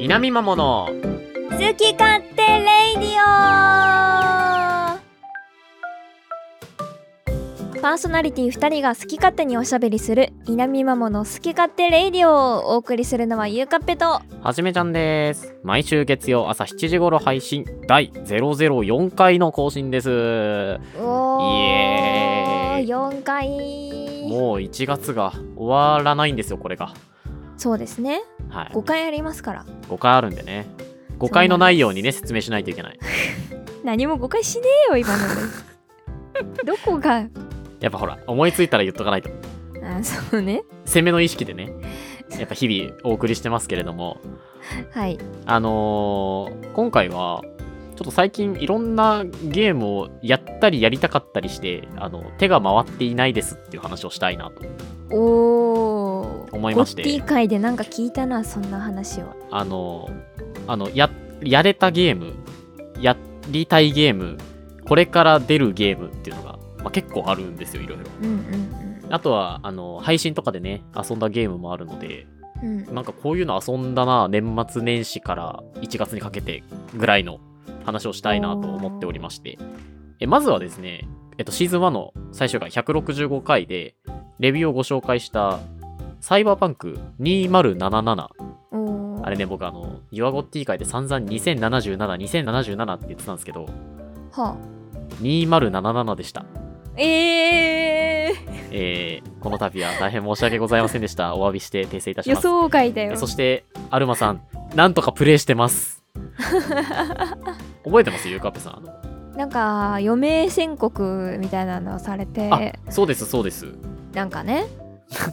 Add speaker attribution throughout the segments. Speaker 1: 南マモの
Speaker 2: 好き勝手レイディオパーソナリティ2人が好き勝手におしゃべりする南マモの好き勝手レイディオをお送りするのはゆうかっぺと
Speaker 1: はじめちゃんです毎週月曜朝7時頃配信第004回の更新です
Speaker 2: お
Speaker 1: イエーイ
Speaker 2: 4回
Speaker 1: もう1月が終わらないんですよこれが
Speaker 2: そうですね
Speaker 1: はい
Speaker 2: 5回ありますから
Speaker 1: 5回あるんでね5回のないようにね説明しないといけない
Speaker 2: 何も誤解しねえよ今ので どこが
Speaker 1: やっぱほら思いついたら言っとかないと
Speaker 2: あそうね
Speaker 1: 攻めの意識でねやっぱ日々お送りしてますけれども
Speaker 2: はい
Speaker 1: あのー今回はちょっと最近いろんなゲームをやったりやりたかったりしてあの手が回っていないですっていう話をしたいなと
Speaker 2: おお
Speaker 1: 思いまして
Speaker 2: ゴッティ会でなんか聞いたなそんな話を
Speaker 1: あのーあのややれたゲームやりたいゲームこれから出るゲームっていうのが、まあ、結構あるんですよいろいろ
Speaker 2: うんうん
Speaker 1: あとはあの配信とかでね遊んだゲームもあるので
Speaker 2: うんうん
Speaker 1: なんかこういうの遊んだな年末年始から1月にかけてぐらいの話をしたいなと思っておりましてえまずはですね、えっと、シーズン1の最終回165回でレビューをご紹介したサイバーパンク2077
Speaker 2: おー
Speaker 1: あれね僕あのユアゴッティ会で散々20772077って言ってたんですけど
Speaker 2: は
Speaker 1: 2077でした、
Speaker 2: あ、えー、
Speaker 1: えーこの度は大変申し訳ございませんでしたお詫びして訂正いたし
Speaker 2: 予
Speaker 1: ます
Speaker 2: 想外だよ
Speaker 1: えそしてアルマさんなんとかプレイしてます 覚えてますゆうかっぺさんあの、
Speaker 2: なんか余命宣告みたいなのをされて
Speaker 1: あそうですそうです
Speaker 2: なんかね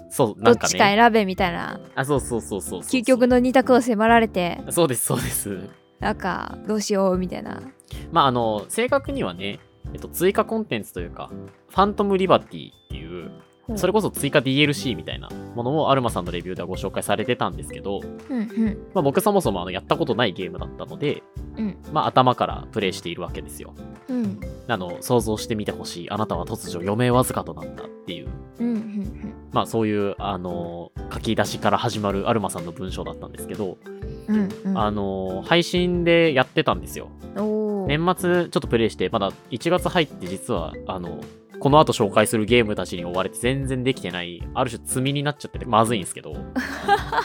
Speaker 1: そう
Speaker 2: ど
Speaker 1: な
Speaker 2: っ
Speaker 1: んか
Speaker 2: ちか
Speaker 1: ね
Speaker 2: 選べみたいな
Speaker 1: あそうそうそうそうそう
Speaker 2: 究極の二択を迫られて
Speaker 1: そうですそうです
Speaker 2: なんかどうしようみたいな
Speaker 1: まああの正確にはねえっと、追加コンテンツというか、ファントムリバティっていう、それこそ追加 DLC みたいなものをアルマさんのレビューではご紹介されてたんですけど、
Speaker 2: うんうん
Speaker 1: まあ、僕そもそもあのやったことないゲームだったので、
Speaker 2: うん
Speaker 1: まあ、頭からプレイしているわけですよ。
Speaker 2: うん
Speaker 1: あの想像してみてほしいあなたは突如余命わずかとなったっていう
Speaker 2: うんうん
Speaker 1: まあそういうあの書き出しから始まるアルマさんの文章だったんですけど、
Speaker 2: うんうんうん
Speaker 1: あの配信でやってたんですよ
Speaker 2: おー
Speaker 1: 年末ちょっとプレイしてまだ1月入って実はあのこの後紹介するゲームたちに追われて全然できてないある種積みになっちゃっててまずいんですけど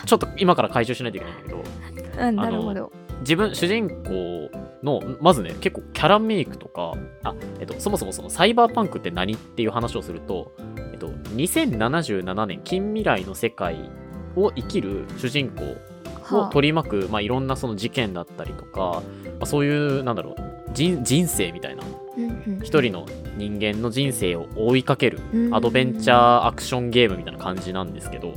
Speaker 1: ちょっと今から解消しないといけないんだけど
Speaker 2: うんなるほど
Speaker 1: 自分主人公のまずね結構キャラメイクとかあ、えっと、そもそもそのサイバーパンクって何っていう話をすると、えっと、2077年近未来の世界を生きる主人公を
Speaker 2: はあ
Speaker 1: 取り巻く、まあ、いろんなその事件だったりとか、まあそういうなんだろう人人生みたいな
Speaker 2: うんうん
Speaker 1: 一人の人間の人生を追いかける
Speaker 2: うん
Speaker 1: アドベンチャーアクションゲームみたいな感じなんですけど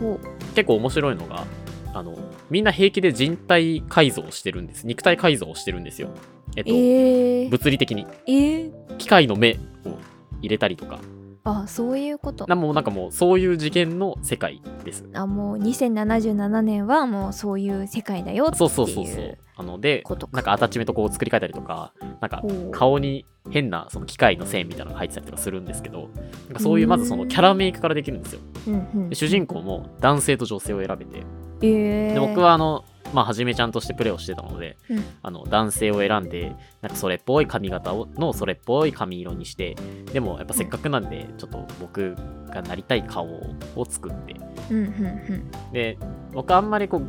Speaker 2: ほう
Speaker 1: 結構面白いのがあのみんな平気で人体改造をしてるんです肉体改造をしてるんですよえっと、
Speaker 2: えー、
Speaker 1: 物理的に
Speaker 2: えー、
Speaker 1: 機械の目を入れたりとか
Speaker 2: あそういうこと
Speaker 1: なんもうなんかもうそういう次元の世界です
Speaker 2: あもう2077年はもうそういう世界だよっていう
Speaker 1: そうそうそうそうあので
Speaker 2: ことか
Speaker 1: なんかアタッチメントこう作り変えたりとかなんか
Speaker 2: ほう
Speaker 1: 顔に変なその機械の線みたいなのが入ってたりとかするんですけどなんかそういうまずそのキャラメイクからできるんですよ
Speaker 2: うんうん
Speaker 1: で主人公も男性と女性を選べて
Speaker 2: えー、
Speaker 1: で僕はあのまあはじめちゃんとしてプレイをしてたので
Speaker 2: うん
Speaker 1: あの男性を選んでなんかそれっぽい髪型をのそれっぽい髪色にしてでもやっぱせっかくなんでちょっと僕がなりたい顔を作って
Speaker 2: うんうんうん
Speaker 1: で僕あんまりこう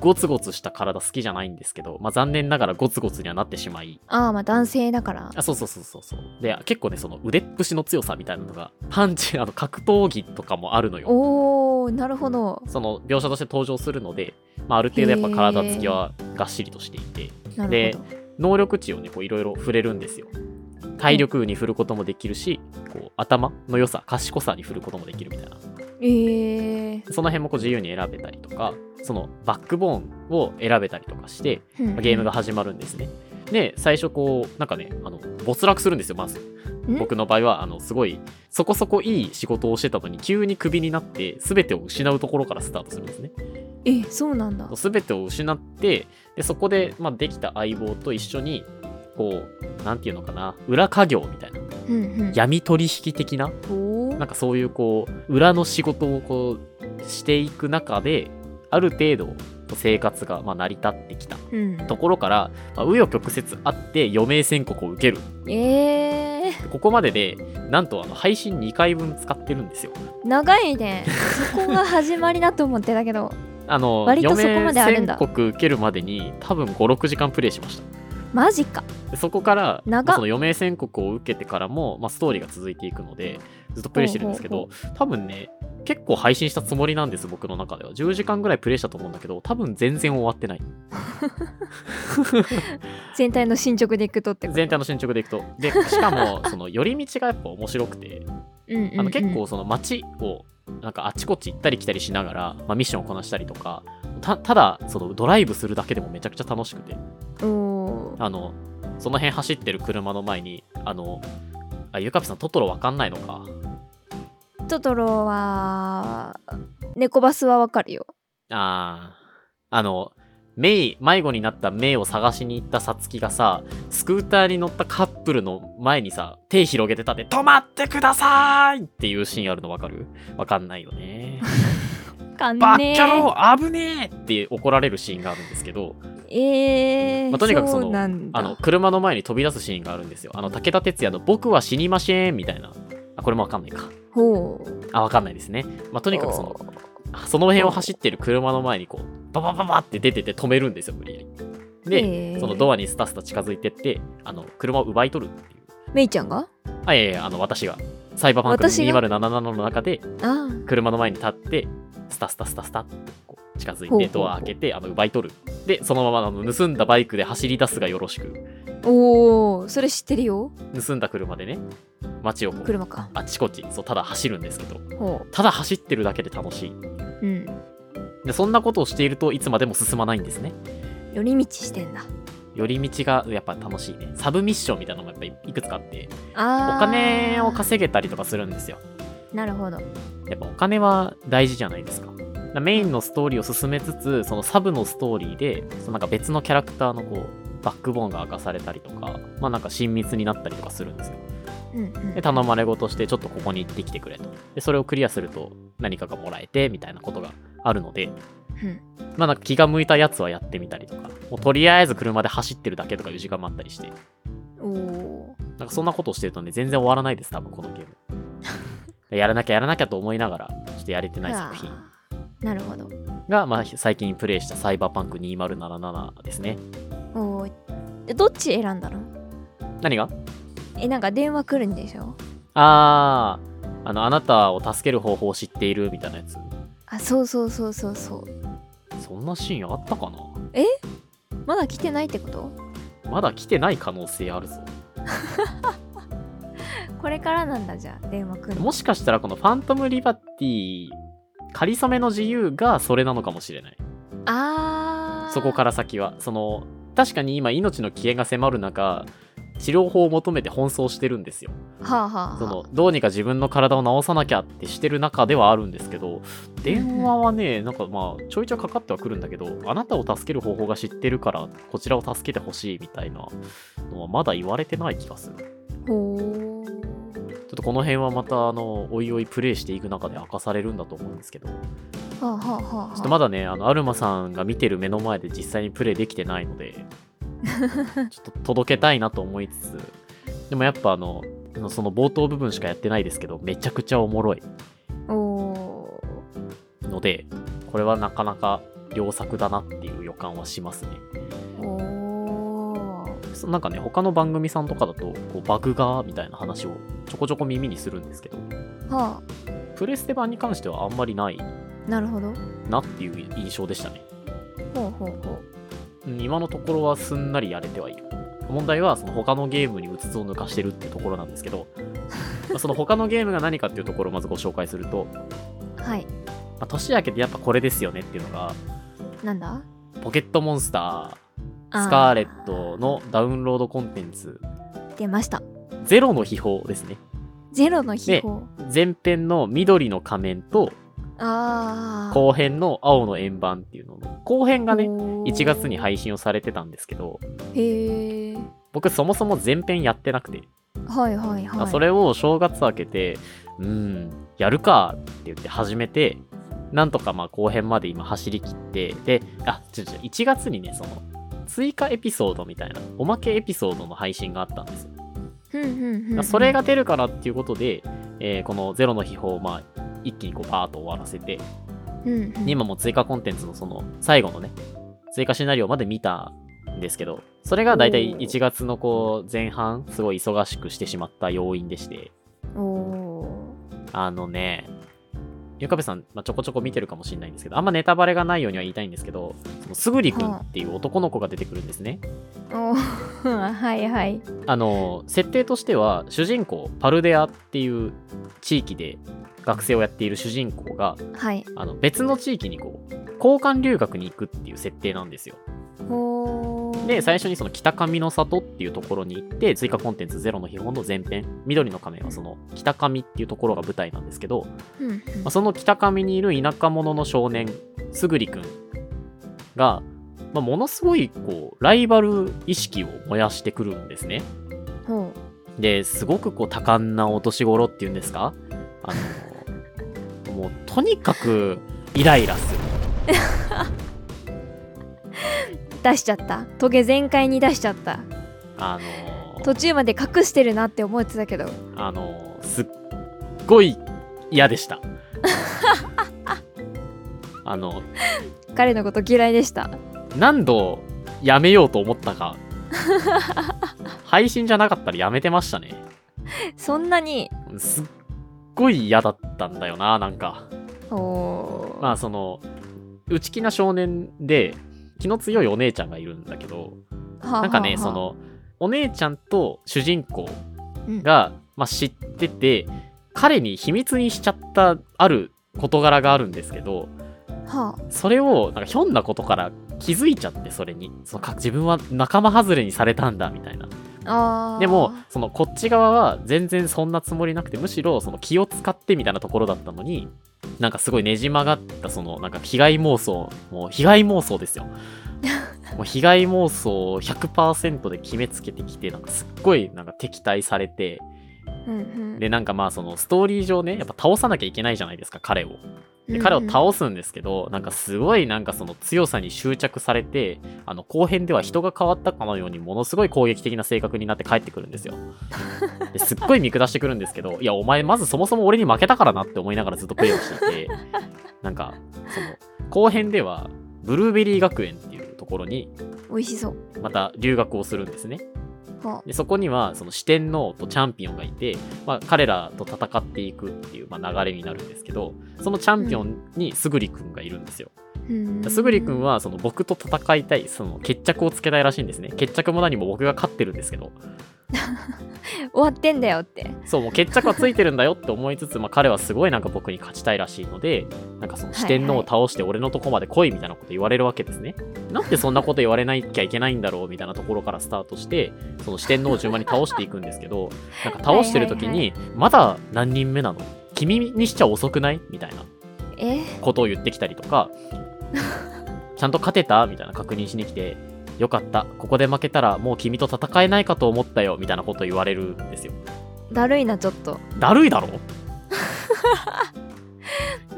Speaker 1: ゴツゴツした体好きじゃないんですけど、まあ、残念ながらゴツゴツにはなってしまい
Speaker 2: ああまあ男性だから
Speaker 1: あそうそうそうそうそうで結構ねその腕っぷしの強さみたいなのがパンチあの格闘技とかもあるのよ
Speaker 2: おおなるほど
Speaker 1: その描写として登場するので、まあ、ある程度やっぱ体つきはがっしりとしていて
Speaker 2: な
Speaker 1: で
Speaker 2: るほど
Speaker 1: 能力値をねこういろいろ振れるんですよ体力に振ることもできるし、こう頭の良さ賢さに振ることもできるみたいな
Speaker 2: ええ
Speaker 1: その辺もこう自由に選べたりとかそのバックボーンを選べたりとかして
Speaker 2: ー
Speaker 1: ゲームが始まるんですねで最初こうなんかねあの没落するんですよまず
Speaker 2: ん
Speaker 1: 僕の場合はあのすごいそこそこいい仕事をしてたのに急にクビになって全てを失うところからスタートするんですね
Speaker 2: えそうなんだ
Speaker 1: 全てを失ってでそこで、まあ、できた相棒と一緒にこうなんていうのかな裏家業みたいな
Speaker 2: うんうん
Speaker 1: 闇取引的な
Speaker 2: おー
Speaker 1: なんかそういうこう裏の仕事をこうしていく中である程度生活がまあ成り立ってきた
Speaker 2: うん
Speaker 1: ところから、まあ、紆余曲折あって余命宣告を受ける
Speaker 2: えー、
Speaker 1: ここまででなんとあの配信2回分使ってるんですよ
Speaker 2: 長いねそこが始まりだと思ってたけど
Speaker 1: あの
Speaker 2: 割とそこまであるんだ
Speaker 1: 余命宣告受けるまでに多分56時間プレイしました
Speaker 2: マジか
Speaker 1: でそこから、ま
Speaker 2: 長っ
Speaker 1: あその余命宣告を受けてからも、まあ、ストーリーが続いていくのでずっとプレイしてるんですけ
Speaker 2: ほ
Speaker 1: ど多分ね結構配信したつもりなんです僕の中では10時間ぐらいプレイしたと思うんだけど多分全然終わってない
Speaker 2: 全体の進捗でいくとってこと
Speaker 1: 全体の進捗でいくとでしか もその寄り道がやっぱ面白くて
Speaker 2: うんうんうん
Speaker 1: あの結構その街をなんかあちこち行ったり来たりしながら、まあ、ミッションをこなしたりとかたただそのドライブするだけでもめちゃくちゃ楽しくて
Speaker 2: おー
Speaker 1: あのその辺走ってる車の前にあのあゆかぴさんトトロわかんないのか
Speaker 2: トトロは猫バスはわかるよ
Speaker 1: あああのメイ迷子になったメイを探しに行ったさつきがさスクーターに乗ったカップルの前にさ手広げて立って「止まってください!」っていうシーンあるのわかるわかんないよね。
Speaker 2: かん
Speaker 1: バ
Speaker 2: ね
Speaker 1: ッキャロー危ねえって怒られるシーンがあるんですけど
Speaker 2: えー
Speaker 1: まあとにかくその
Speaker 2: うなんだ
Speaker 1: あの車の前に飛び出すシーンがあるんですよ。あの武田鉄矢の「僕は死にましぇん」みたいなあこれもわかんないか
Speaker 2: ほう
Speaker 1: あわかんないですね。まあ、とにかくそのその辺を走ってる車の前にこうババババって出てて止めるんですよ無理やり。で、
Speaker 2: で
Speaker 1: そのド
Speaker 2: ア
Speaker 1: アにスタスタ近づいてってあの車を奪い取るっていう。
Speaker 2: メイちゃんが
Speaker 1: あいやいやあの私がサイバーパンクの
Speaker 2: 私が
Speaker 1: 2077の中で
Speaker 2: あ
Speaker 1: 車の前に立ってスタスタスタスタってこう近づ
Speaker 2: ほ
Speaker 1: いう
Speaker 2: ほ
Speaker 1: て
Speaker 2: うほう
Speaker 1: ドア開けてあの奪い取るでそのままあの盗んだバイクで走り出すがよろしく
Speaker 2: ーおおそれ知ってるよ
Speaker 1: 盗んだ車でね街をこう
Speaker 2: 車か
Speaker 1: あちこちそうただ走るんですけど
Speaker 2: ほ
Speaker 1: ただ走ってるだけで楽しいう
Speaker 2: うん
Speaker 1: でそんなことをしているといつまでも進まないんですね
Speaker 2: 寄り道してんだ
Speaker 1: 寄り道がやっぱ楽しいねサブミッションみたいなのもやっぱいいくつかあってお
Speaker 2: あー
Speaker 1: 金を稼げたりとかするんですよ
Speaker 2: なるほど
Speaker 1: やっぱお金は大事じゃないですか。だメインのストーリーを進めつつ、そのサブのストーリーで、そのなんか別のキャラクターのこう、バックボーンが明かされたりとか、まあなんか親密になったりとかするんですよ。
Speaker 2: うんうん
Speaker 1: で、頼まれごとして、ちょっとここに行ってきてくれと。で、それをクリアすると何かがもらえて、みたいなことがあるので、
Speaker 2: うん
Speaker 1: まあなんか気が向いたやつはやってみたりとか、もうとりあえず車で走ってるだけとかいう時間もあったりして、
Speaker 2: おお
Speaker 1: なんかそんなことをしてるとね、全然終わらないです、多分このゲーム。やらなきゃやらなきゃと思いながら、ちょっとやれてない作品。
Speaker 2: なるほど
Speaker 1: が、まあ、最近プレイしたサイバーパンク2077ですね。
Speaker 2: おーでどっち選んだの
Speaker 1: 何が
Speaker 2: えなんか電話来るんでしょ
Speaker 1: あー、あの、あなたを助ける方法を知っているみたいなやつ。
Speaker 2: あそうそうそうそうそう
Speaker 1: そんなシーンあったかな
Speaker 2: まだ来てないってこと
Speaker 1: まだ来てない可能性あるぞ。
Speaker 2: これからなんだじゃあ電話来るの
Speaker 1: もしかしたらこのファントムリバティ、かりそめの自由がそれなのかもしれない。
Speaker 2: あー
Speaker 1: そこから先は。その、確かに今命の危険が迫る中、治療法を求めて奔走してるんですよ。
Speaker 2: はあはあはあ
Speaker 1: そのどうにか自分の体を治さなきゃってしてる中ではあるんですけど電話はねなんかまあちょいちょいかかってはくるんだけどあなたを助ける方法が知ってるからこちらを助けてほしいみたいなのはまだ言われてない気がするちょ
Speaker 2: ほ
Speaker 1: っとこの辺はまたあのおいおいプレイしていく中で明かされるんだと思うんですけどちょ
Speaker 2: ーはあはあはあはあ
Speaker 1: っとまだねあのアルマさんが見てる目の前で実際にプレイできてないのでちょっと届けたいなと思いつつでもやっぱあのその冒頭部分しかやってないですけどめちゃくちゃおもろい
Speaker 2: おー
Speaker 1: のでこれはなかなか良作だなっていう予感はしますね
Speaker 2: おー
Speaker 1: そなんかね他の番組さんとかだとこうバグがみたいな話をちょこちょこ耳にするんですけど
Speaker 2: は
Speaker 1: プレステ版に関してはあんまりない
Speaker 2: あなるほど
Speaker 1: なっていう印象でしたね
Speaker 2: ほうほうほ
Speaker 1: うん今のところはすんなりやれてはいる問題はその他のゲームにうつつを抜かしてるってところなんですけどまあその他のゲームが何かっていうところをまずご紹介すると、ま
Speaker 2: うはい
Speaker 1: あ年明けてやっぱこれですよねっていうのが
Speaker 2: なんだ
Speaker 1: ポケットモンスタ
Speaker 2: あ
Speaker 1: ー
Speaker 2: ー
Speaker 1: スカーレットのダウンロードコンテンツ
Speaker 2: 出ました
Speaker 1: ゼロの秘宝ですね。
Speaker 2: ゼロの秘宝
Speaker 1: 前編の緑の仮面と、
Speaker 2: ああ
Speaker 1: 後編の青の円盤っていうのの、後編がね、1月に
Speaker 2: 入
Speaker 1: 配信をされてたんですけど、
Speaker 2: へえ
Speaker 1: 僕そもそも前編やってなくて、
Speaker 2: はいはいはい
Speaker 1: それを正月明けて、ううん、やるかって言って始めて、なんとかまあ後編まで今走り切って、で、あ、違う違う、1月にね、その、追加エピソードみたいな、おまけエピソードの配信があったんですよ。
Speaker 2: うんうんうんう
Speaker 1: まあ
Speaker 2: ん
Speaker 1: それが出るからっていうことで、えーこのゼロの秘宝をまあ、一気にこうバーッと終わらせて、
Speaker 2: うんうん
Speaker 1: で今もう追加コンテンツのその最後のね、追加シナリオまで見たんですけど、それが大体
Speaker 2: おー
Speaker 1: 1月のこう前半、すごい忙しくしてしまった要因でして、
Speaker 2: お
Speaker 1: あのね、ゆかべさん、まあ、ちょこちょこ見てるかもしれないんですけど、あんまネタバレがないようには言いたいんですけど、そのすぐりくんっていう男の子が出てくるんですね。
Speaker 2: ーおー はいはい
Speaker 1: あの、設定としては、主人公、パルデアっていう地域で学生をやっている主人公が、
Speaker 2: はい
Speaker 1: あの別の地域にこう、交換留学に行くっていう設定なんですよ。
Speaker 2: おー
Speaker 1: で、最初にその北上の里っていうところに行って、追加コンテンツゼロの秘宝の前編、緑の仮面はその北上っていうところが舞台なんですけど、
Speaker 2: うんうん
Speaker 1: まあ、その北上にいる田舎者の少年すぐりくんが、まあ、ものすごいこうライバル意識を燃やしてくるんですね
Speaker 2: ほ
Speaker 1: ですごくこう多感なお年頃っていうんですかあのもうとにかくイライラする
Speaker 2: う出しちゃったトゲ全開に出しちゃった
Speaker 1: あの
Speaker 2: 途中まで隠してるなって思ってたけど
Speaker 1: あのすっごい嫌でしたあの
Speaker 2: 彼のこと嫌いでした
Speaker 1: 何度やめようと思ったか配信じゃなかったらやめてましたね
Speaker 2: そんなに
Speaker 1: すっごい嫌だったんだよななんか
Speaker 2: おー
Speaker 1: まあその内気な少年で気の強いお姉ちゃんがいるんだけど
Speaker 2: はあ
Speaker 1: なんかね
Speaker 2: はあ
Speaker 1: そのお姉ちゃんと主人公
Speaker 2: うん
Speaker 1: が、まあ、知ってて彼に秘密にしちゃったある事柄があるんですけど
Speaker 2: は
Speaker 1: それをなんかひょんなことから気づいちゃってそれにそのか自分は仲間外れにされたんだみたいな
Speaker 2: ああー
Speaker 1: でもそのこっち側は全然そんなつもりなくてむしろその気を使ってみたいなところだったのになんかすごいねじ曲がったそのなんか被害妄想もう被害妄想 ですよもう被害妄想を100%で決めつけてきてなんかすっごいなんか敵対されて
Speaker 2: うんうん
Speaker 1: でなんかまあそのストーリー上ねやっぱ倒さなきゃいけないじゃないですか彼を
Speaker 2: うんう
Speaker 1: で
Speaker 2: ん
Speaker 1: 彼を倒すんですけど、なんかすごいなんかその強さに執着されてあの後編では人が変わったかのようにものすごい攻撃的な性格になって帰ってくるん ですよですっごい見下してくるんですけどいやお前まずそもそも俺に負けたからなって思いながらずっとプレイを していてなんかその後編ではブルーベリー学園っていうところに
Speaker 2: 美味しそう
Speaker 1: また留学をするんですね
Speaker 2: は
Speaker 1: でそこにはその四天王とチャンピオンがいて、まあ、彼らと戦っていくっていう、まあ、流れになるんですけどそのチャンピオンにすぐりくんがいるんですよ、
Speaker 2: あ
Speaker 1: すぐりくんはその僕と戦いたいその決着をつけたいらしいんですね決着も何も僕が勝ってるんですけど
Speaker 2: 終わってんだよって
Speaker 1: そうもう決着はついてるんだよって思いつつ、まあ、彼はすごいなんか僕に勝ちたいらしいのでなんかその四天王を倒して俺のとこまで来いみたいなこと言われるわけですね、なんでそんなこと言われなきゃいけないんだろうみたいなところからスタートしてその四天王を順番に倒していくんですけ どなんか倒してる時
Speaker 2: はい
Speaker 1: にまだ何人目なの君にしちゃ遅くないみたいな
Speaker 2: え
Speaker 1: ことを言ってきたりと かちゃんと勝てたみたいな確認しに来てよかったここで負けたらもう君と戦えないかと思ったよみたいなことを言われるんですよ
Speaker 2: だるいなちょっと
Speaker 1: だるいだろ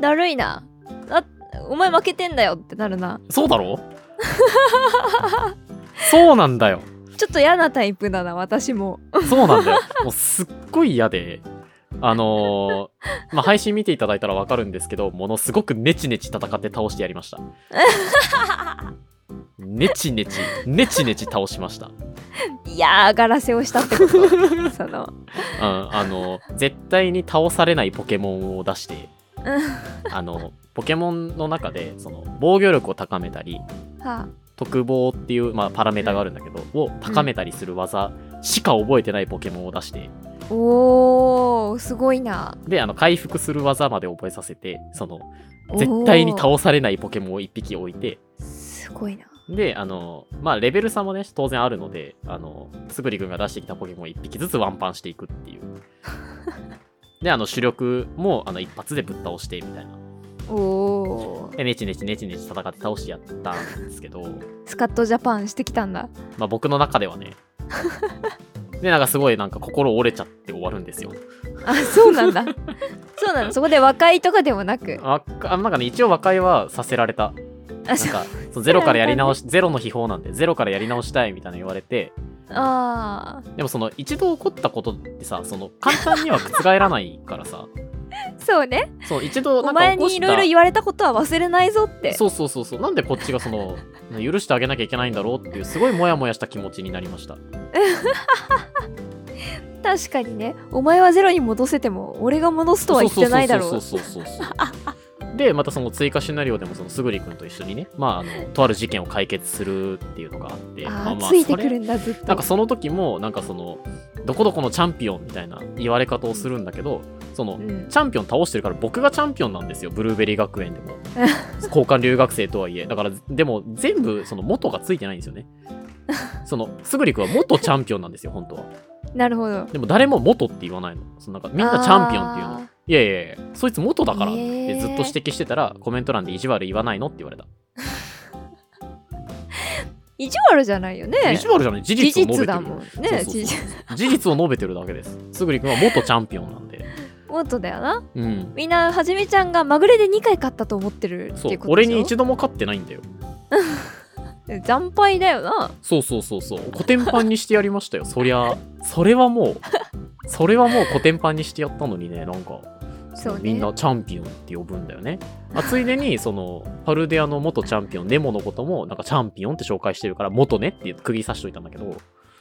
Speaker 2: だるいなあお前負けてんだよってなるな
Speaker 1: そうだろ そうなんだよ
Speaker 2: ちょっと嫌なタイプだな私も
Speaker 1: そうなんだよもうすっごい嫌であのーまあ、配信見ていただいたらわかるんですけどものすごくネチネチ戦って倒してやりましたネチネチネチネチ倒しました
Speaker 2: 嫌がらせをしたってこと その
Speaker 1: うんあの絶対に倒されないポケモンを出して
Speaker 2: うん
Speaker 1: あのポケモンの中でその防御力を高めたり
Speaker 2: は
Speaker 1: 特防っていう、まあ、パラメータがあるんだけど、を高めたりする技しか覚えてないポケモンを出して
Speaker 2: あおーすごいな
Speaker 1: であの回復する技まで覚えさせてその絶対に
Speaker 2: お
Speaker 1: 倒されないポケモンを1匹置いて
Speaker 2: ーすごいな
Speaker 1: であの、まあ、レベル差もね当然あるのであのすぐり君が出してきたポケモンを1匹ずつワンパンしていくっていうであの主力もあの一発でぶっ倒してみたいな
Speaker 2: おー
Speaker 1: でネチネチネチネチ戦って倒してやったんですけど、
Speaker 2: スカットジャパンしてきたん だ
Speaker 1: まあ、 僕の中ではねでなんかすごいなんか心折れちゃって終わるんですよ
Speaker 2: あそうなんだそうなんだそこで和解とかでもなく
Speaker 1: わっかあなんかね一応和解はさせられた
Speaker 2: あ
Speaker 1: なん
Speaker 2: そう
Speaker 1: かそうゼロからやり直し ゼロの秘宝なんでゼロからやり直したいみたいなの言われて
Speaker 2: あ
Speaker 1: でもその一度起こったことってさその簡単には覆らないからさ
Speaker 2: ーそうね
Speaker 1: そう一度な
Speaker 2: お
Speaker 1: んか起
Speaker 2: 前
Speaker 1: こ
Speaker 2: に
Speaker 1: し
Speaker 2: いろいろ
Speaker 1: た
Speaker 2: 言われたことは忘れないぞって
Speaker 1: そうそうそうそうなんでこっちがその許してあげなきゃいけないんだろうっていうすごいモヤモヤした気持ちになりました
Speaker 2: 確かにねお前はゼロに戻せても俺が戻すとは言ってないだろ
Speaker 1: そううそうそうそうそうそうでまたその追加シナリオでもそのすぐり君と一緒にねまああのとある事件を解決するっていうのがあってま
Speaker 2: あ
Speaker 1: あ
Speaker 2: ー
Speaker 1: まあ
Speaker 2: ついて
Speaker 1: そ
Speaker 2: く
Speaker 1: れ
Speaker 2: るんだずっ
Speaker 1: なん
Speaker 2: と
Speaker 1: かその時もなんかそのどこどこのチャンピオンみたいな言われ方をするんだけどその、
Speaker 2: うん
Speaker 1: チャンピオン倒してるから僕がチャンピオンなんですよブルーベリー学 園でも交換留学生とはいえだからでも全部その元がついてないんですよねそのすぐりくんは元チャンピオンなんですよ本当は
Speaker 2: なるほど
Speaker 1: でも誰も元って言わないのそのなんかみんなチャンピオンっていう
Speaker 2: あ
Speaker 1: の
Speaker 2: ー
Speaker 1: いやいやいやそいつ元だからっ
Speaker 2: へ
Speaker 1: て
Speaker 2: ー
Speaker 1: ずっと指摘してたらコメント欄で意地悪言わないのって言われた
Speaker 2: 意地悪じゃないよね
Speaker 1: 意地悪じゃない事
Speaker 2: 事
Speaker 1: 実を述べ
Speaker 2: 実
Speaker 1: て
Speaker 2: だ
Speaker 1: る
Speaker 2: もんね
Speaker 1: そうそうそう
Speaker 2: 事実
Speaker 1: 事実を述べてるだけですすぐりくんは元チャンピオンなんで
Speaker 2: もっとだよな
Speaker 1: うん
Speaker 2: みんなはじめちゃんがまぐれで2回勝ったと思ってるって
Speaker 1: そ
Speaker 2: いううこと
Speaker 1: 俺
Speaker 2: でしょ
Speaker 1: に一度も勝ってないんだよ
Speaker 2: 惨敗だよな
Speaker 1: そうそうそうそうコテンパンにしてやりましたよそりゃそれはもうそれはもうコテンパンにしてやったのにねなんか
Speaker 2: そうね
Speaker 1: みんなチャンピオンって呼ぶんだよねあついでにそのパルデアの元チャンピオンネモのこともなんかチャンピオンって紹介してるから元ねって釘刺しといたんだけど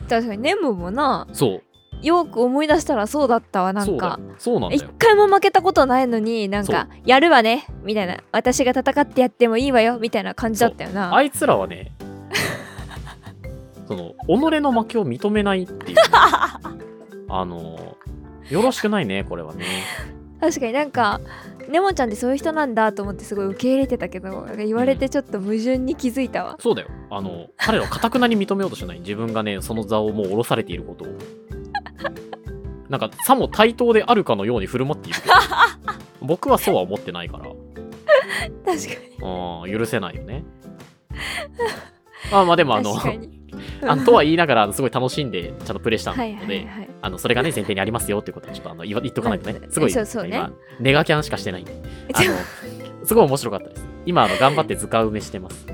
Speaker 2: 確かにネムもな
Speaker 1: そう
Speaker 2: よく思い出したらそうだったわな
Speaker 1: そ
Speaker 2: ん
Speaker 1: うだよ
Speaker 2: か
Speaker 1: そうなんだ
Speaker 2: 一
Speaker 1: よ
Speaker 2: 回も負けたことないのになんか
Speaker 1: そ
Speaker 2: やるわねみたいな私が戦ってやってもいいわよみたいな感じだったよな
Speaker 1: あいつらは ねその己の負けを認めないって いうね、あのよろしくないねこれはね
Speaker 2: 確かになんかネモちゃんってそういう人なんだと思ってすごい受け入れてたけどなんか言われてちょっと矛盾に気づいたわ、
Speaker 1: そうだよあの彼らはかたくなに認めようとしない自分がねその座をもう下ろされていることをなんかさも対等であるかのように振る舞っている けど僕はそうは思ってないから
Speaker 2: 確か
Speaker 1: うん許せないよ ねまあまあでもあ
Speaker 2: に
Speaker 1: の
Speaker 2: 確か に
Speaker 1: あとは言いながらあのすごい楽しんでちゃんとプレイしたので、
Speaker 2: はいはいはい
Speaker 1: あのそれがね前提にありますよっていうことはちょっとあの言わ言っとかないとね
Speaker 2: はい
Speaker 1: すごい
Speaker 2: そうそうね
Speaker 1: 今ネガキャンしかして ないんであ
Speaker 2: ちょ
Speaker 1: のすごい面白かったです今あの頑張って図鑑埋めしてます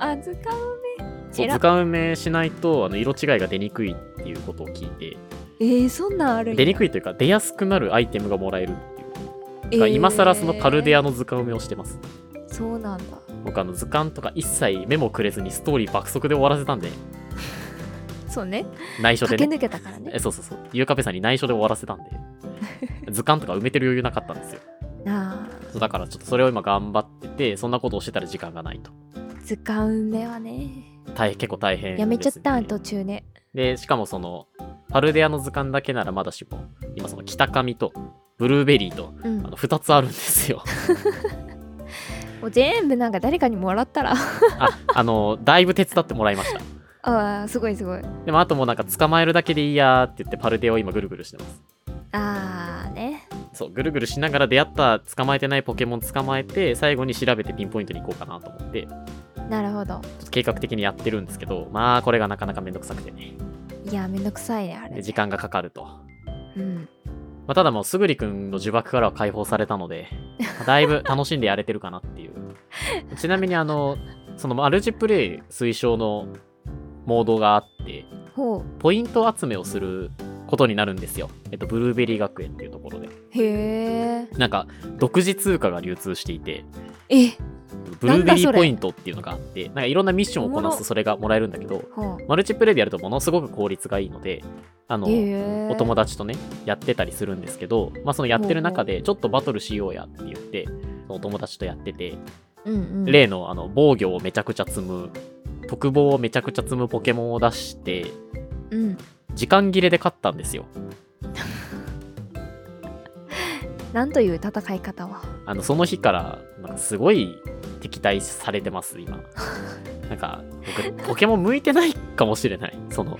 Speaker 2: あずかう
Speaker 1: そう
Speaker 2: 偉っ
Speaker 1: 図鑑埋めしないとあの色違いが出にくいっていうことを聞い
Speaker 2: えー、そんなんある
Speaker 1: て
Speaker 2: ん
Speaker 1: 出に
Speaker 2: い
Speaker 1: くいというか出やすくなるアイテムがもらえるっていう、だから今更そのパルデアの図鑑埋めをしてます
Speaker 2: そうなんだ
Speaker 1: 僕あの図鑑とか一切メモくれずにストーリー爆速で終わらせたんで
Speaker 2: そうね
Speaker 1: 内緒で
Speaker 2: 駆
Speaker 1: ね
Speaker 2: け抜けたからね
Speaker 1: えそうそうそうゆうかぺさんに内緒で終わらせ たんで図鑑とか埋めてる余裕なかったんですよ
Speaker 2: なあ
Speaker 1: そうだからちょっとそれを今頑張っててそんなことをしてたら時間がないと
Speaker 2: 図鑑運命はね
Speaker 1: 大変結構大変
Speaker 2: やめちゃった
Speaker 1: ですね
Speaker 2: 途中ね
Speaker 1: でしかもそのパルデアの図鑑だけならまだしも今その北上とブルーベリーと
Speaker 2: うん
Speaker 1: あの2つあるんです よ
Speaker 2: もう全部なんか誰かにもらったら
Speaker 1: ああのだいぶ手伝ってもらいました
Speaker 2: ああすごいすごい
Speaker 1: でもあともうなんか捕まえるだけでいいやーって言ってパルデアを今ぐるぐるしてます
Speaker 2: ああね
Speaker 1: そうぐるぐるしながら出会った捕まえてないポケモン捕まえて最後に調べてピンポイントに行こうかなと思ってちょ
Speaker 2: なるほど
Speaker 1: っと計画的にやってるんですけどまあこれがなかなかめんどくさくてね
Speaker 2: いやめんどくさいねあれ
Speaker 1: で時間がかかると
Speaker 2: うん
Speaker 1: まあ、ただもうすぐりくんの呪縛からは解放されたの で、まあだいぶ楽しんでやれてるかなっていう。ちなみにあの、そのマルチプレイ推奨のモードがあって、
Speaker 2: ほう
Speaker 1: ポイント集めをすることになるんですよ。えっと、ブルーベリー学園っていうところで。
Speaker 2: へ
Speaker 1: なんか、独自通貨が流通していて、
Speaker 2: ええ
Speaker 1: ブルーベ
Speaker 2: なんだ
Speaker 1: リ
Speaker 2: そ
Speaker 1: ー
Speaker 2: れ
Speaker 1: ポイントっていうのがあって、なんかいろんなミッションをこな
Speaker 2: おも
Speaker 1: す
Speaker 2: ろ
Speaker 1: とそれがもらえるんだけど、
Speaker 2: ほ
Speaker 1: マルチプレイでやるとものすごく効率がいいので、あの
Speaker 2: う、へえ
Speaker 1: お友達とねやってたりするんですけど、まあ、そのやってる中でちょっとバトルしようやって言ってお友達とやってて、
Speaker 2: うんうん
Speaker 1: 例のあの防御をめちゃくちゃ積む特防をめちゃくちゃ積むポケモンを出して
Speaker 2: うん
Speaker 1: 時間切れで勝ったんですよ
Speaker 2: なんという戦い方は
Speaker 1: あのその日からなんかすごい敵対されてます 今なんか僕ポケモン向いてないかもしれないその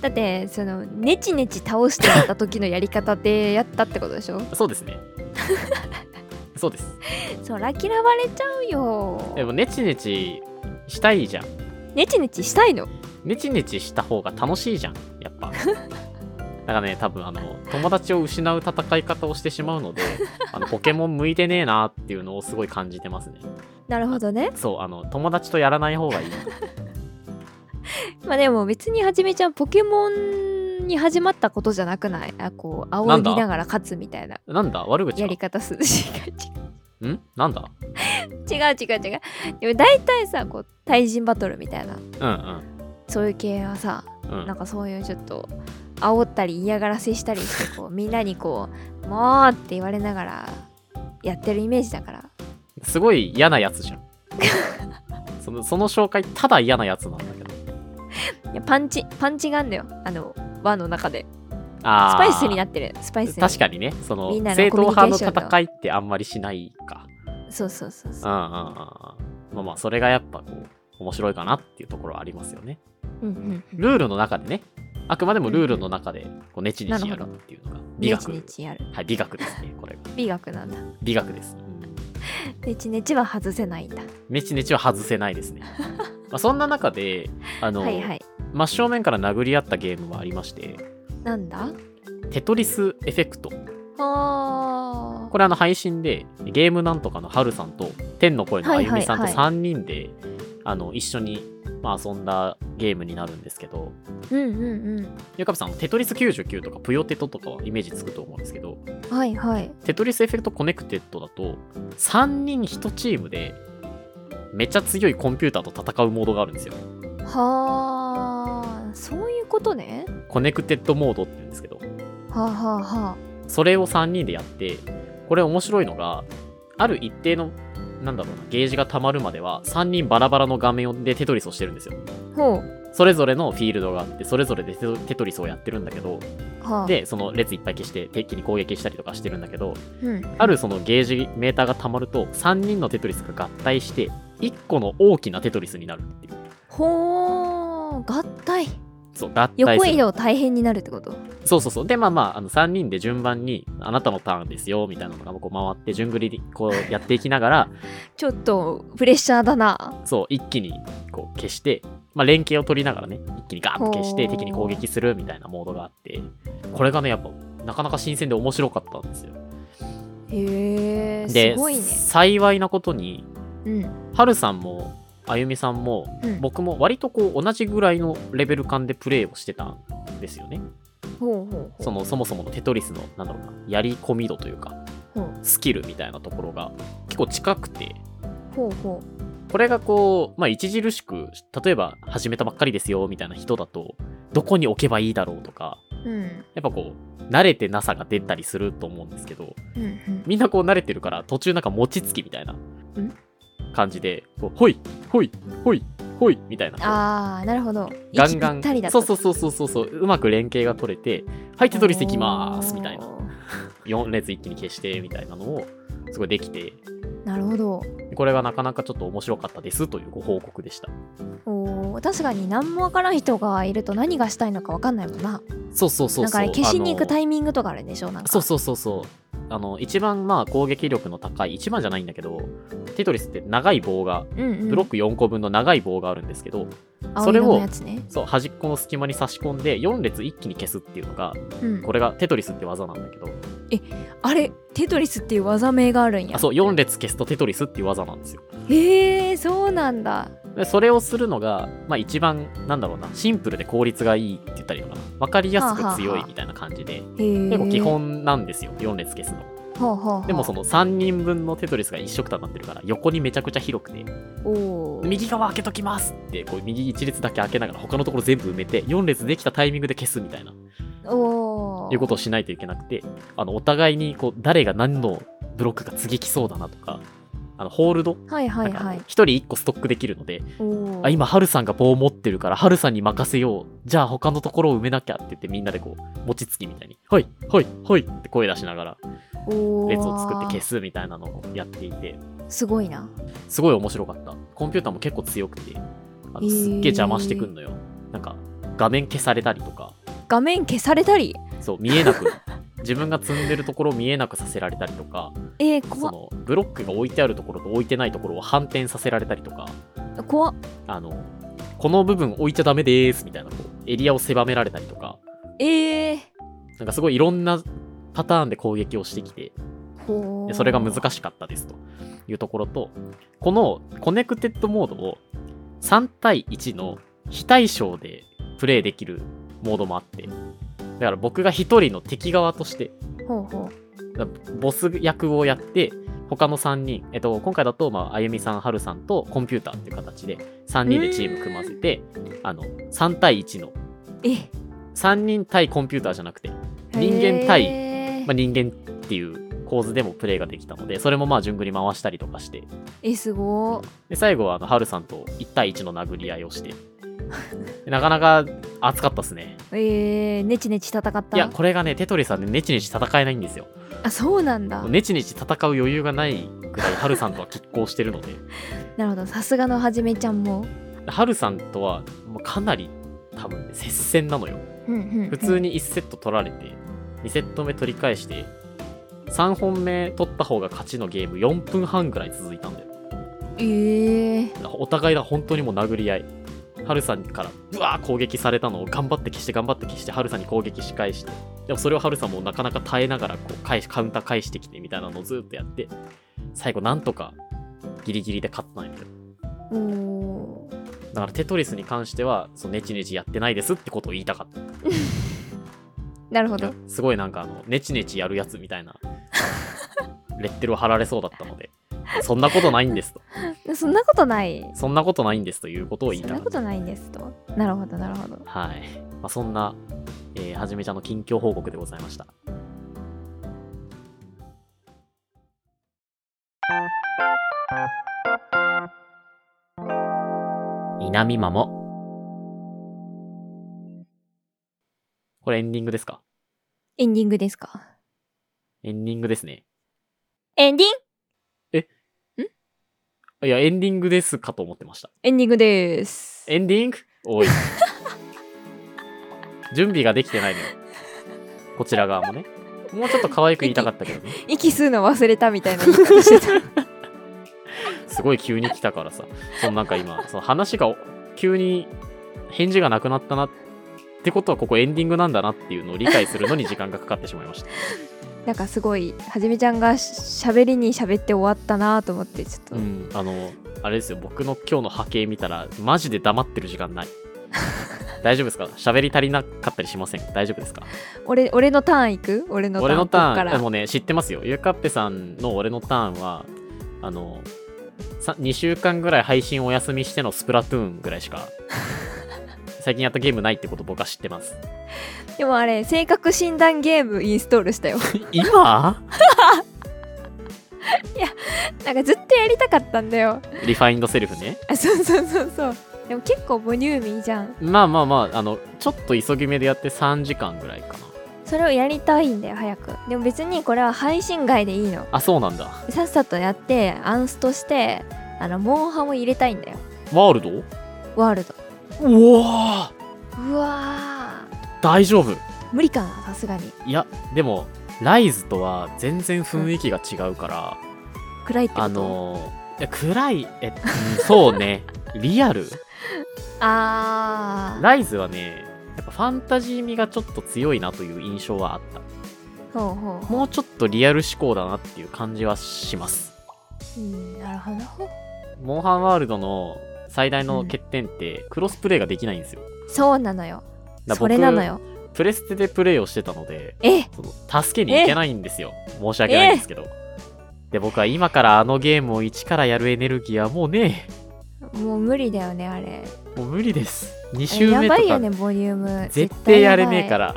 Speaker 2: だってそのネチネチ倒してやった時のやり方でやったってことでしょ
Speaker 1: そうです ね そうです
Speaker 2: そら嫌われちゃうよ
Speaker 1: でもネチネチしたいじゃん
Speaker 2: ネチネチしたいの
Speaker 1: ネチネチした方が楽しいじゃんやっぱだからね、多分あの、友達を失う戦い方をしてしまうの で、あのポケモン向いてねえなっていうのをすごい感じてますね。
Speaker 2: なるほどね
Speaker 1: そう、あの、友達とやらない方が いい。
Speaker 2: まあでも別にはじめちゃんポケモンに始まったことじゃなくないあこう仰ぎながら勝つみたいな
Speaker 1: なんだ悪口
Speaker 2: や
Speaker 1: か
Speaker 2: り方する 違
Speaker 1: んなんだ
Speaker 2: う違う違う違うでも大体さこう対人バトルみたいな
Speaker 1: うんうん。
Speaker 2: そういう系はさ
Speaker 1: うん
Speaker 2: なんかそういうちょっと煽ったり嫌がらせしたりしてこうみんなにこう「もう!」って言われながらやってるイメージだから
Speaker 1: すごい嫌なやつじゃ ん。そのその紹介、ただ嫌なやつなんだけど。
Speaker 2: いやパンチパンチがあんだよあの輪の中で
Speaker 1: あ
Speaker 2: スパイスにな
Speaker 1: っ
Speaker 2: ってるスパイスに
Speaker 1: 確かにね、その
Speaker 2: みんなの
Speaker 1: 正統派の
Speaker 2: コミュニケーションの
Speaker 1: 戦いってあんまりしないか。
Speaker 2: そうそうそう
Speaker 1: う
Speaker 2: そ
Speaker 1: ん
Speaker 2: う
Speaker 1: うんうんうん。まあまあ、それがやっぱこう、面白いかなっていうところはありますよね。
Speaker 2: うんうんうん
Speaker 1: ルールの中でね、あくまでもルールの中で、こう、ねちねちやるっていうのが、美
Speaker 2: ねちね
Speaker 1: 学。
Speaker 2: ちやる
Speaker 1: はい、美学ですね、これが。
Speaker 2: 美学なんだ
Speaker 1: 美学です。
Speaker 2: ねちねちは外せないんだ
Speaker 1: ねちねちは外せない ですね。まあそんな中で、あの、
Speaker 2: はいはい
Speaker 1: 真正面から殴り合ったゲームはありまして、
Speaker 2: なんだ
Speaker 1: テトリスエフェクト。
Speaker 2: あー
Speaker 1: これあの配信で、ゲームなんとかのハルさんと、天の声のあゆみさんと
Speaker 2: はいはい
Speaker 1: 3人で、あの、一緒に、まあ、遊んだゲームになるんですけど、
Speaker 2: うんうんうん
Speaker 1: ゆかぶさん、テトリス99とか、ぷよテトとかはイメージつくと思うんですけど、
Speaker 2: はいはい
Speaker 1: テトリスエフェクトコネクテッドだと、3人1チームで、めっちゃ強いコンピューターと戦うモードがあるんですよ。
Speaker 2: はあそういうことね
Speaker 1: コネクテッドモードって言うんですけど、
Speaker 2: はあはあは
Speaker 1: それを3人でやって、これ面白いのが、ある一定の、なんだろうな、ゲージが溜まるまでは、3人バラバラの画面でテトリスをしてるんですよ。
Speaker 2: あほう
Speaker 1: それぞれのフィールドがあって、それぞれでテトテトリスをやってるんだけど、
Speaker 2: はあ
Speaker 1: で、その列いっぱい消して、敵に攻撃したりとかしてるんだけど、
Speaker 2: うん、
Speaker 1: あるそのゲージメーターが溜まると、3人のテトリスが合体して、1個の大きなテトリスになるっていう。
Speaker 2: ほう合体
Speaker 1: そう、合体
Speaker 2: 横
Speaker 1: す
Speaker 2: 移
Speaker 1: る。
Speaker 2: 動大変になるってこと
Speaker 1: そうそうそう。で、まあまあ、あの3人で順番に、あなたのターンですよ、みたいなのがこう回って、順繰りにこうやっていきながら、
Speaker 2: ちょっとプレッシャーだな
Speaker 1: そう、一気にこう消して、まあ、連携を取りながらね、一気にガーッと消して
Speaker 2: ほう
Speaker 1: 敵に攻撃するみたいなモードがあって、これがね、やっぱ、なかなか新鮮で面白かったんですよ。
Speaker 2: へえ
Speaker 1: で、
Speaker 2: すごいね
Speaker 1: 幸いなことに、
Speaker 2: うん
Speaker 1: ハルさんも、あゆみさんも、
Speaker 2: うん
Speaker 1: 僕も割とこう同じぐらいのレベル感でプレイをしてたんですよね。
Speaker 2: ほうほうほう
Speaker 1: そのそもそものテトリスのなんだろうなやり込み度というか
Speaker 2: ほう
Speaker 1: スキルみたいなところが結構近くて
Speaker 2: ほうほ
Speaker 1: これがこう、まあ、著しく、例えば始めたばっかりですよみたいな人だと、どこに置けばいいだろうとか、
Speaker 2: ううん
Speaker 1: やっぱこう、慣れてなさが出たりすると思うんですけど、
Speaker 2: うんうん
Speaker 1: みんなこう慣れてるから、途中なんか餅つきみたいなん感じで、こうほい、ほい、ほい、ほいみたいな。
Speaker 2: ああなるほど
Speaker 1: ガンガン
Speaker 2: 息ぴったりだ、
Speaker 1: そうそうそうそうそうそう、うまく連携が取れて、はい、テトリスいきますみたいな。
Speaker 2: おー
Speaker 1: 4列一気に消してみたいなのを、すごいできて、
Speaker 2: なるほど
Speaker 1: これがなかなかちょっと面白かったですというご報告でした。
Speaker 2: おー確かに何もわからん人がいると何がしたいのかわかんないもんな
Speaker 1: そうそうそうそう。
Speaker 2: なんかあれ消しに行
Speaker 1: あ
Speaker 2: く
Speaker 1: の
Speaker 2: タイミングとかあるんでしょなんか
Speaker 1: そうそうそうそうあの一番まあ攻撃力の高い一番じゃないんだけどテトリスって長い棒が
Speaker 2: うんうん、
Speaker 1: ブロック4個分の長い棒があるんですけど、
Speaker 2: 青
Speaker 1: それ
Speaker 2: 色の
Speaker 1: を
Speaker 2: やつね、
Speaker 1: そう端っこの隙間に差し込んで4列一気に消すっていうのが
Speaker 2: うん、
Speaker 1: これがテトリスって技なんだけど
Speaker 2: あれテトリスっていう技名があるんや
Speaker 1: あそう4列消すとテトリスっていう技なんですよ
Speaker 2: へえそうなんだ
Speaker 1: でそれをするのが、まあ、一番なんだろうなシンプルで効率がいいって言ったらいいのかな分かりやすく強いみたいな感じで
Speaker 2: へえ
Speaker 1: 結構基本なんですよ4列消すの
Speaker 2: はあはあはあ
Speaker 1: でもその3人分のテトリスが一色たになってるから横にめちゃくちゃ広くて
Speaker 2: おー
Speaker 1: 右側開けときますってこう右1列だけ開けながら他のところ全部埋めて4列できたタイミングで消すみたいな
Speaker 2: おー
Speaker 1: いうことをしないといけなくてあのお互いにこう誰が何のブロックが次来そうだなとかあのホールド
Speaker 2: はいは
Speaker 1: ないんか
Speaker 2: は
Speaker 1: 1
Speaker 2: い
Speaker 1: 人1個ストックできるので、
Speaker 2: おー
Speaker 1: あ今ハルさんが棒持ってるからハルさんに任せようじゃあ他のところを埋めなきゃって言ってみんなでこう餅つきみたいに「はいはいはい」って声出しながら
Speaker 2: おー
Speaker 1: 列を作って消すみたいなのをやっていて
Speaker 2: すごいな
Speaker 1: すごい面白かった。コンピューターも結構強くて、あ
Speaker 2: へ
Speaker 1: の
Speaker 2: ー
Speaker 1: すっげえ邪魔してくんのよ。なんか、画面消されたりとか、
Speaker 2: 画面消されたり
Speaker 1: そう、見えな く、自分が積んでるところを見えなくさせられたりとか、
Speaker 2: えー、
Speaker 1: そ
Speaker 2: 怖っ
Speaker 1: の、ブロックが置いてあるところと置いてないところを反転させられたりとか、
Speaker 2: 怖っ
Speaker 1: あの、この部分置いちゃダメでーすみたいな、こう、エリアを狭められたりとか、
Speaker 2: えー、
Speaker 1: なんかすごいいろんなパターンで攻撃をしてきて、
Speaker 2: ほ
Speaker 1: で
Speaker 2: う
Speaker 1: それが難しかったですというところと、このコネクテッドモードを3対1の非対称でプレイできるモードもあって、だから僕が1人の敵側として、
Speaker 2: ほうほ
Speaker 1: ボス役をやって、他の3人、えっと、今回だと、まあ、あゆみさん、はるさんとコンピューターっていう形で、3人でチーム組ませて、あの、3対1の、
Speaker 2: うえ
Speaker 1: 3人対コンピューターじゃなくて、人間対
Speaker 2: へー
Speaker 1: まあ、人間っていう構図でもプレイができたので、それもまあ、順繰り回したりとかして、
Speaker 2: えすご
Speaker 1: で、最後は、あの、はるさんと1対1の殴り合いをして、なかなか熱かったですね。
Speaker 2: ーえー、ネチネチ戦った
Speaker 1: いや、これがね、テトリさんね、ネチネチ戦えないんですよ。
Speaker 2: あそうなんだ
Speaker 1: ネチネチ戦う余裕がないぐらい、はるさんとは拮抗してるので、
Speaker 2: なるほどさすがのはじめちゃんも、
Speaker 1: ハルさんとはもうかなり多分ね接戦なのよ
Speaker 2: うんうんうん
Speaker 1: 普通に1セット取られて2セット目取り返して3本目取った方が勝ちのゲーム4分半ぐらい続いたんだよ
Speaker 2: ええ
Speaker 1: お互いだ本当にもう殴り合いハルさんからブワー攻撃されたのを頑張って消して頑張って消してハルさんに攻撃し返してでもそれをハルさんもなかなか耐えながらこう返しカウンター返してきてみたいなのをずっとやって最後なんとかギリギリで勝ったんやけど
Speaker 2: おおー
Speaker 1: だからテトリスに関してはそのネチネチやってないですってことを言いたかった
Speaker 2: なるほど
Speaker 1: すごいなんかあのネチネチやるやつみたいなレッテルを貼られそうだったのでそんなことないんですと
Speaker 2: そんなことない
Speaker 1: そんなことないんですということを言い
Speaker 2: そん
Speaker 1: たか
Speaker 2: な
Speaker 1: っ
Speaker 2: ことないんですとなるほどなるほど
Speaker 1: たはい、まあ、そんな、えーはじめちゃんの近況報告でございました南マモこれエンディングですか
Speaker 2: エンディングですか
Speaker 1: エンディングですね
Speaker 2: エンディン
Speaker 1: いや、エンディングですかと思ってました。
Speaker 2: エンディングです
Speaker 1: エンディングおい。 準備ができてないのよ。こちら側もね。もうちょっと可愛く言いたかったけどね。
Speaker 2: 息吸うの忘れたみたいな言い 方してた
Speaker 1: すごい急に来たからさ。そのなんか今、その話が急に返事がなくなったなってことは、ここエンディングなんだなっていうのを理解するのに時間がかかってしまいました。
Speaker 2: なんかすごいはじめちゃんがしゃべりにしゃべって終わったなと思ってちょっと、
Speaker 1: うん。あの、あれですよ、僕の今日の波形見たら、マジで黙ってる時 間ない。大丈夫ですか喋り足りなかったりしません大丈夫ですか
Speaker 2: 俺俺のターンいく俺のターン
Speaker 1: 俺のタ
Speaker 2: こっか
Speaker 1: ーン、
Speaker 2: ら
Speaker 1: もうね、知ってますよ。ゆかっぺさんの俺のターンは、あの、さ2週間ぐらい配信お休みしてのスプラトゥーンぐらいし か、最近やったゲームないってこと僕は知ってます。
Speaker 2: でもあれ性格診断ゲームインストール したよ
Speaker 1: 今
Speaker 2: なんかずっとやりたかったんだよ
Speaker 1: リファインドセルフね。
Speaker 2: あそうそうそうそうでも結構ボリューミーじゃん
Speaker 1: まあまあまあ、あの、ちょっと急ぎ目でやって3時間ぐらいかな。
Speaker 2: それをやりたいんだよ早くでも別にこれは配信外でいいの
Speaker 1: あ、そうなんだ。
Speaker 2: さっさとやってアンストしてあのモンハンを入れたいんだよ
Speaker 1: ワールド
Speaker 2: ワールド
Speaker 1: うわー
Speaker 2: うわー
Speaker 1: 大丈夫。
Speaker 2: 無理かなさすがに
Speaker 1: いや、でも、ライズとは全然雰囲気が違うから、
Speaker 2: 暗いってこと
Speaker 1: あのー、いや暗い、え、うんそうね、リアル
Speaker 2: あー
Speaker 1: ライズはね、やっぱファンタジー味がちょっと強いなという印象はあった。
Speaker 2: ほうほうほ
Speaker 1: もうちょっとリアル思考だなっていう感じはします。
Speaker 2: う、うん、なるほど
Speaker 1: モンハンワールドの最大の欠点って、クロスプレイができないんですよ。
Speaker 2: そうなのよ
Speaker 1: だから僕
Speaker 2: それなのよ
Speaker 1: プレステでプレイをしてたので、
Speaker 2: え
Speaker 1: その助けに行けないんですよ。申し訳ないんですけど。で、僕は今からあのゲームを一からやるエネルギーはもうね、
Speaker 2: もう無理だよねあれ
Speaker 1: もう無理です。2周
Speaker 2: あれ
Speaker 1: 目
Speaker 2: やば
Speaker 1: と
Speaker 2: いよ
Speaker 1: か
Speaker 2: ねボリューム
Speaker 1: 絶対やれ
Speaker 2: ばい
Speaker 1: ねえから。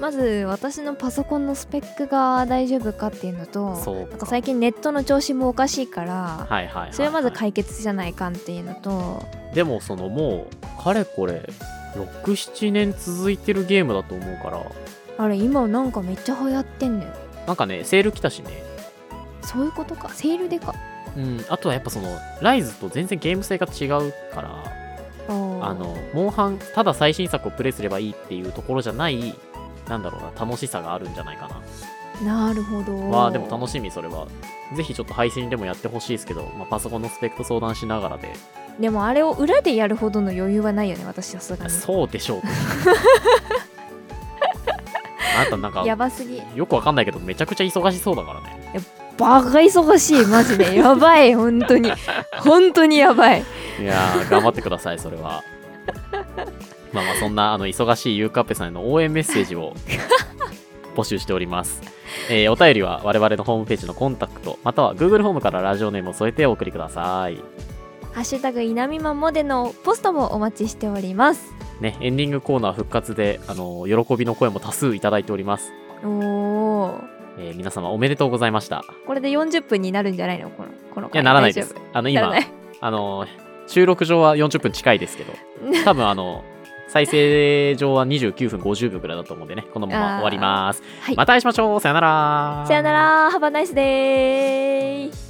Speaker 2: まず私のパソコンのスペックが大丈夫かっていうの と
Speaker 1: そう
Speaker 2: なんか最近ネットの調子もおかしいから、
Speaker 1: はいはいはいはい。
Speaker 2: それはまず解決じゃないかんっていうのと
Speaker 1: でもそのもうかれこれ67年続いてるゲームだと思うから
Speaker 2: あれ今なんかめっちゃ流行ってんのよ
Speaker 1: なんかねセール来たしね
Speaker 2: そういうことかセールでか
Speaker 1: うんあとはやっぱそのライズと全然ゲーム性が違うから
Speaker 2: あ
Speaker 1: あ
Speaker 2: の
Speaker 1: のモンハンただ最新作をプレイすればいいっていうところじゃないなんだろうな楽しさがあるんじゃないか
Speaker 2: なるほど
Speaker 1: なわあでも楽しみそれはぜひちょっと配信でもやってほしいですけど、まあ、パソコンのスペックと相談しながらで
Speaker 2: でもあれを裏でや るほどの余裕はないよね私さすがに
Speaker 1: そうでしょうあなたなんか、
Speaker 2: やばすぎ
Speaker 1: よくわかんないけど、めちゃくちゃ忙しそうだからね。
Speaker 2: バカ忙しいマジでやばい本当に本当にやばい
Speaker 1: いやー、頑張ってください、それは。まあまあ、そんな、あの、忙しいゆうかっぺさんへの応援メッセージ を募集しております。えーお便りは我々のホームページのコンタクト、または Google ホームからラジオネームを添えてお送りください。
Speaker 2: ハッシュタグいなみまもでのポストもお待ちしております
Speaker 1: ね、エンディングコーナー復活で、あの、喜びの声も多数いただいております。
Speaker 2: おお
Speaker 1: えー皆様おめでとうございました。
Speaker 2: これで40分になるんじゃないのこのこの
Speaker 1: い
Speaker 2: 回
Speaker 1: や、ならないで
Speaker 2: 大
Speaker 1: す
Speaker 2: 丈。
Speaker 1: あの、
Speaker 2: 夫なら
Speaker 1: 今
Speaker 2: な、い
Speaker 1: あの、収録上は40分近いですけ ど、多分あの、再生上は29分50分くらいだと思うんでね、このまま終わります。
Speaker 2: はい
Speaker 1: また会いしましょう。さよなら。
Speaker 2: さよならハバナイスデー